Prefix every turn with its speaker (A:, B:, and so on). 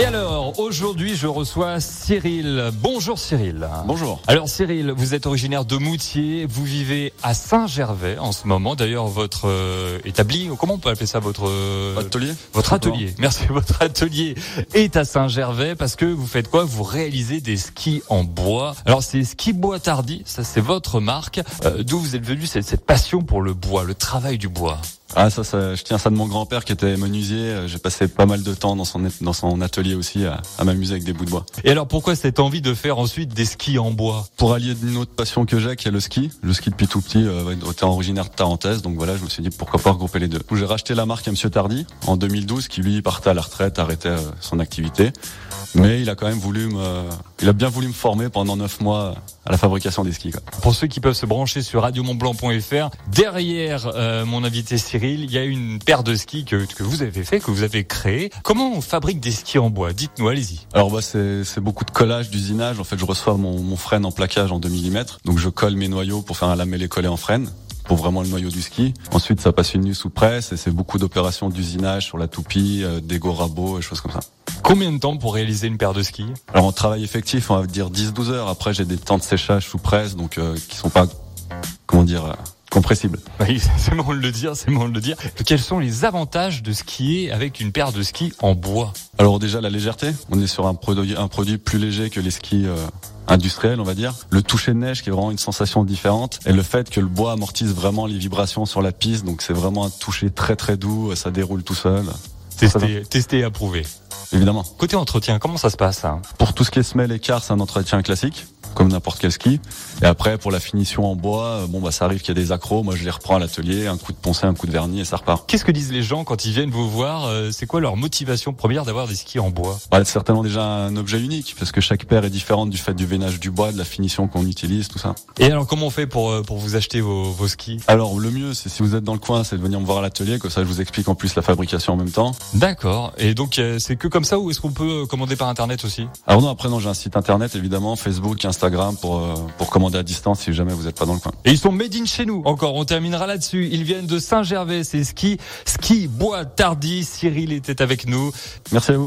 A: Et alors, aujourd'hui, je reçois Cyril. Bonjour Cyril.
B: Bonjour.
A: Alors Cyril, vous êtes originaire de Moutier, vous vivez à Saint-Gervais en ce moment. D'ailleurs, votre euh, établi, comment on peut appeler ça votre euh,
B: Atelier
A: votre atelier Merci, votre atelier est à Saint-Gervais parce que vous faites quoi Vous réalisez des skis en bois. Alors c'est Ski Bois Tardy, ça c'est votre marque. Euh, D'où vous êtes venu cette, cette passion pour le bois, le travail du bois
B: Ah ça, ça, je tiens ça de mon grand-père qui était menuisier. Euh, J'ai passé pas mal de temps dans son dans son atelier aussi à, à m'amuser avec des bouts de bois.
A: Et alors pourquoi cette envie de faire ensuite des skis en bois
B: Pour allier une autre passion que j'ai qui est le ski, le ski depuis tout petit, euh, était originaire de Tarentaise, donc voilà, je me suis dit pourquoi pas regrouper les deux. J'ai racheté la marque à Monsieur Tardy en 2012 qui lui partait à la retraite, arrêtait euh, son activité, mais il a quand même voulu me, il a bien voulu me former pendant neuf mois à la fabrication des skis. Quoi.
A: Pour ceux qui peuvent se brancher sur radiomontblanc.fr, derrière euh, mon invité Cyril, il y a une paire de skis que, que vous avez fait, que vous avez créé. Comment on fabrique des skis en bois Dites-nous, allez-y.
B: Alors bah c'est c'est beaucoup de collage, d'usinage. En fait, je reçois mon, mon frêne en plaquage en 2 mm. Donc je colle mes noyaux pour faire un lamellé collé en frêne pour vraiment le noyau du ski. Ensuite, ça passe une nuit sous presse et c'est beaucoup d'opérations d'usinage sur la toupie, euh, des gros rabots et choses comme ça.
A: Combien de temps pour réaliser une paire de skis
B: Alors en travail effectif, on va dire 10-12 heures. Après, j'ai des temps de séchage sous presse, donc euh, qui sont pas comment dire euh, compressibles.
A: Oui, c'est bon de le dire, c'est bon de le dire. Quels sont les avantages de skier avec une paire de skis en bois
B: Alors déjà la légèreté, on est sur un produit, un produit plus léger que les skis euh, industriels, on va dire. Le toucher de neige qui est vraiment une sensation différente, et le fait que le bois amortisse vraiment les vibrations sur la piste, donc c'est vraiment un toucher très très doux, euh, ça déroule tout seul,
A: Tester, tester et approuver.
B: évidemment.
A: Côté entretien, comment ça se passe hein
B: Pour tout ce qui est semelle écart, c'est un entretien classique, comme n'importe quel ski. Et après, pour la finition en bois, euh, bon bah ça arrive qu'il y a des accros. Moi, je les reprends à l'atelier, un coup de poncé, un coup de vernis et ça repart.
A: Qu'est-ce que disent les gens quand ils viennent vous voir euh, C'est quoi leur motivation première d'avoir des skis en bois
B: Bah, c'est certainement déjà un objet unique, parce que chaque paire est différente du fait du veinage du bois, de la finition qu'on utilise, tout ça.
A: Et alors comment on fait pour, euh, pour vous acheter vos, vos skis
B: Alors le mieux, c'est si vous êtes dans le coin, c'est de venir me voir à l'atelier, comme ça je vous explique en plus la fabrication en même temps.
A: D'accord. Et donc euh, c'est que comme ça ou est-ce qu'on peut euh, commander par internet aussi
B: Alors non, après non, j'ai un site internet évidemment, Facebook, Instagram pour euh, pour commander à distance si jamais vous n'êtes pas dans le coin.
A: Et ils sont made in chez nous. Encore, on terminera là-dessus. Ils viennent de Saint-Gervais, c'est ski, ski, bois, tardi. Cyril était avec nous.
B: Merci à vous.